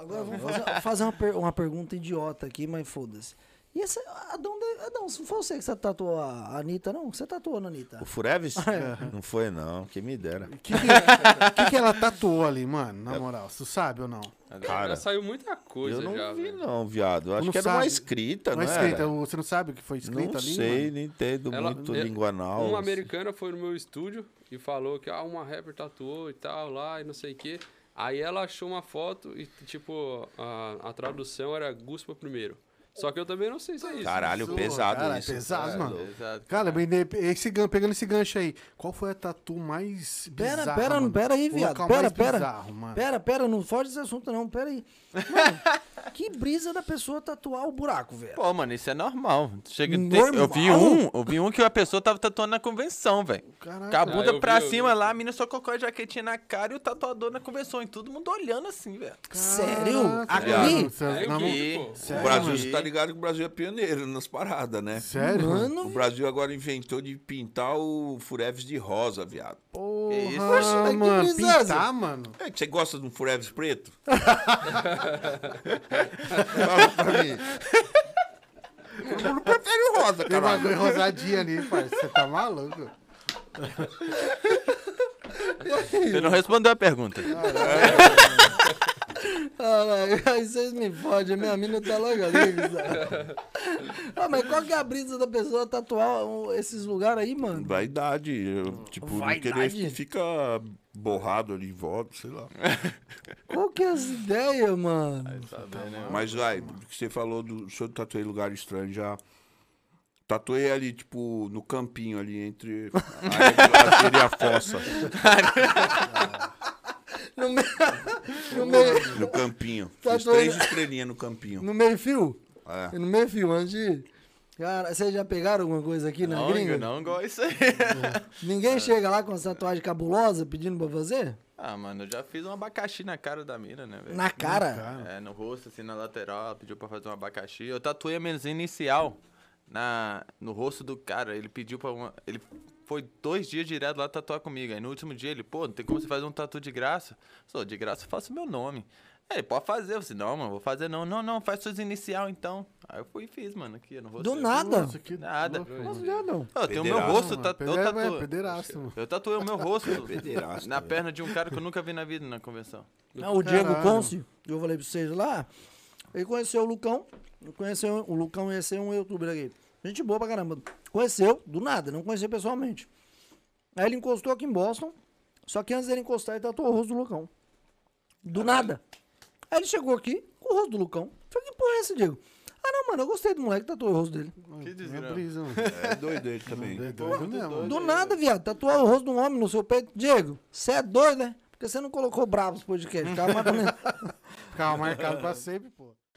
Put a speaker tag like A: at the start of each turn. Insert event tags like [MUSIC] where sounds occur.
A: Agora vamos fazer, [LAUGHS] fazer uma, per- uma pergunta idiota aqui, mas foda-se. E essa. Adão, de- Adão, não foi você que você tatuou a Anitta, não? Você tatuou na Anitta?
B: O Fureves?
C: [LAUGHS] É.
B: Não foi, não. Quem me dera.
C: O que, que- que que ela tatuou ali, mano? Na moral, você sabe ou não?
B: Cara,
D: já saiu muita coisa
B: Eu não
D: já. né?
B: vi,
D: velho.
B: não, viado. Eu Acho
C: Não
B: que era uma
C: sabe.
B: escrita, Então, não
C: Mas
B: era?
C: escrita, o- você não sabe o que foi escrito
B: Não
C: ali?
B: sei,
C: mano?
B: não entendo
D: Ela-
B: muito
D: é-
B: língua anal.
D: Uma americana foi no meu estúdio e falou que ah, uma rapper tatuou e tal lá e não sei o quê. Aí ela achou uma foto e, tipo, a, a tradução era Guspa primeiro. Só que eu também não sei se é isso.
B: Caralho,
C: Isso,
B: pesado
C: cara, é
B: isso.
C: pesado,
B: cara.
C: mano.
E: Exato.
C: Cara, bem, de- esse gan- pegando esse gancho aí, qual foi a tatu mais
A: Pera,
C: bizarra?
A: pera,
C: mano?
A: pera aí,
C: O
A: viado.
C: local
A: Pera,
C: mais
A: pera.
C: bizarro, mano.
A: Pera, pera, não foge desse assunto, não. Pera aí.
C: [LAUGHS]
A: Mano, que brisa da pessoa tatuar o buraco, velho.
E: Pô, mano, isso é normal. Chega de ter-
A: Normal?
E: Eu vi um, eu vi um que a pessoa tava tatuando na convenção, velho.
C: Caraca.
E: Com a bunda
D: Ah, eu
E: pra
D: vi, eu
E: cima
D: vi.
E: lá, a mina só colocou a jaquetinha na cara e o tatuador na convenção. E todo mundo olhando assim, velho.
A: Sério?
C: Caraca,
A: Aqui?
C: mano, cê-
D: Aí É, eu
C: na mão-
D: vi, pô.
B: O
C: Sério,
B: Brasil,
C: é, mano?
B: você tá ligado que o Brasil é pioneiro nas paradas, né?
C: Sério? mano?
B: O
A: Mano,
B: Brasil agora inventou de pintar o Fureves de rosa, viado.
C: Porra,
E: isso?
A: Poxa, mas que
C: Ah, mano,
A: brisa,
C: pintar, mano.
B: É que você gosta de um Fureves preto? Fala pra mim. Eu não prefiro rosa,
C: É, Tem uma
B: caralho.
C: agulha rosadinha ali, parceiro. Você tá maluco?
E: Você não respondeu a pergunta.
A: caralho, aí vocês me fodem, a minha mina tá logo ali. sabe? ah, mas qual que é a brisa da pessoa tatuar um- esses lugares aí, mano?
B: Vaidade. eu, tipo, não querer
A: Vaidade?
B: fi- ficar borrado ali em volta, sei lá.
A: Qual que é as ideias, mano? Ah,
B: Mas vai, porque você falou do. Se eu tatuei em lugar estranho já. Tatuei ali, tipo, no campinho ali,
A: [LAUGHS]
B: entre a área de lazer e a fossa.
A: No meio. No meio.
B: No campinho. Fiz
A: Tatuei-
B: três estrelinhas no campinho.
A: No meio fio?
B: É.
A: No meio fio, antes de. Cara, vocês já pegaram alguma coisa aqui na
E: Não,
A: gringa?
E: eu não gosto isso aí.
A: Ninguém chega lá com as tatuagens cabulosas pedindo pra fazer?
E: Ah, mano, eu já fiz um abacaxi na cara da mina, né, velho?
A: Na cara.
E: É, no rosto, assim, na lateral, ela pediu pra fazer um abacaxi. Eu tatuei a minha inicial na, no rosto do cara. Ele pediu pra uma. Ele foi dois dias direto lá tatuar comigo. Aí no último dia ele, pô, não tem como você fazer um tatu de graça? Sou, de graça eu faço meu nome. Aí ele, pode fazer. Eu falei, não, mano, vou fazer não. Não, não, faz suas inicial então. Aí eu fui e fiz, mano, aqui no rosto.
A: Do nada.
C: Nossa, que
E: Nada.
C: é louco,
D: Não,
C: mano.
A: Não, não.
E: Ah, Eu tenho o meu
B: Pederasta,
E: rosto,
C: Mano,
E: tatu- eu
C: pedera- é,
E: tatuei.
C: pederaço, mano.
E: Eu tatuei o meu rosto
B: [LAUGHS] Pederasta,
E: na
B: velho.
E: perna de um cara que eu nunca vi na vida na convenção.
A: Ah, o Diego
C: Caralho.
A: Conce, eu falei pra vocês lá, ele conheceu o Lucão, conheceu, o Lucão ia ser um youtuber aqui. Gente boa pra caramba. Conheceu, do nada, não conhecia pessoalmente. Aí ele encostou aqui em Boston, só que antes dele encostar, ele tatuou o rosto do Lucão. Do nada. Aí ele chegou aqui com o rosto do Lucão. Falei, que porra é essa, Diego? Ah, não, mano, eu gostei do moleque, tatuou o rosto dele.
C: Que
E: desgrama.
C: É brisa,
B: [LAUGHS]
C: mano.
B: É doido ele também.
C: É doido mesmo.
A: Do nada, viado, tatuar o rosto de um homem no seu peito. Diego, você é tá? doido, né? Porque você não colocou bravo os podcasts. Ficava matando.
C: Ficava marcado pra sempre, pô.